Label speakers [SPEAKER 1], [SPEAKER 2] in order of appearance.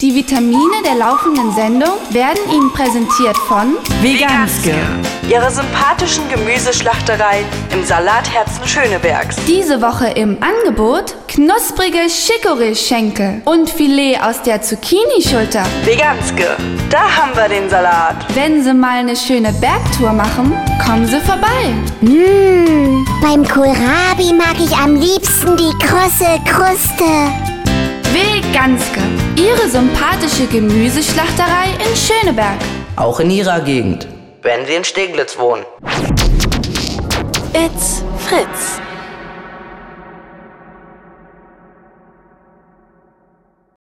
[SPEAKER 1] Die Vitamine der laufenden Sendung werden Ihnen präsentiert von
[SPEAKER 2] Veganske.
[SPEAKER 3] Ihre sympathischen Gemüseschlachtereien im Salatherzen Schönebergs.
[SPEAKER 1] diese Woche im Angebot knusprige Chicorée-Schenkel und Filet aus der Zucchini-Schulter.
[SPEAKER 3] Veganske, da haben wir den Salat.
[SPEAKER 1] Wenn Sie mal eine schöne Bergtour machen, kommen Sie vorbei.
[SPEAKER 4] Mmh, beim Kohlrabi mag ich am liebsten die krosse Kruste.
[SPEAKER 1] Veganske, Ihre sympathische Gemüseschlachterei in Schöneberg.
[SPEAKER 5] Auch in ihrer Gegend. Wenn sie in Steglitz wohnen.
[SPEAKER 6] It's Fritz.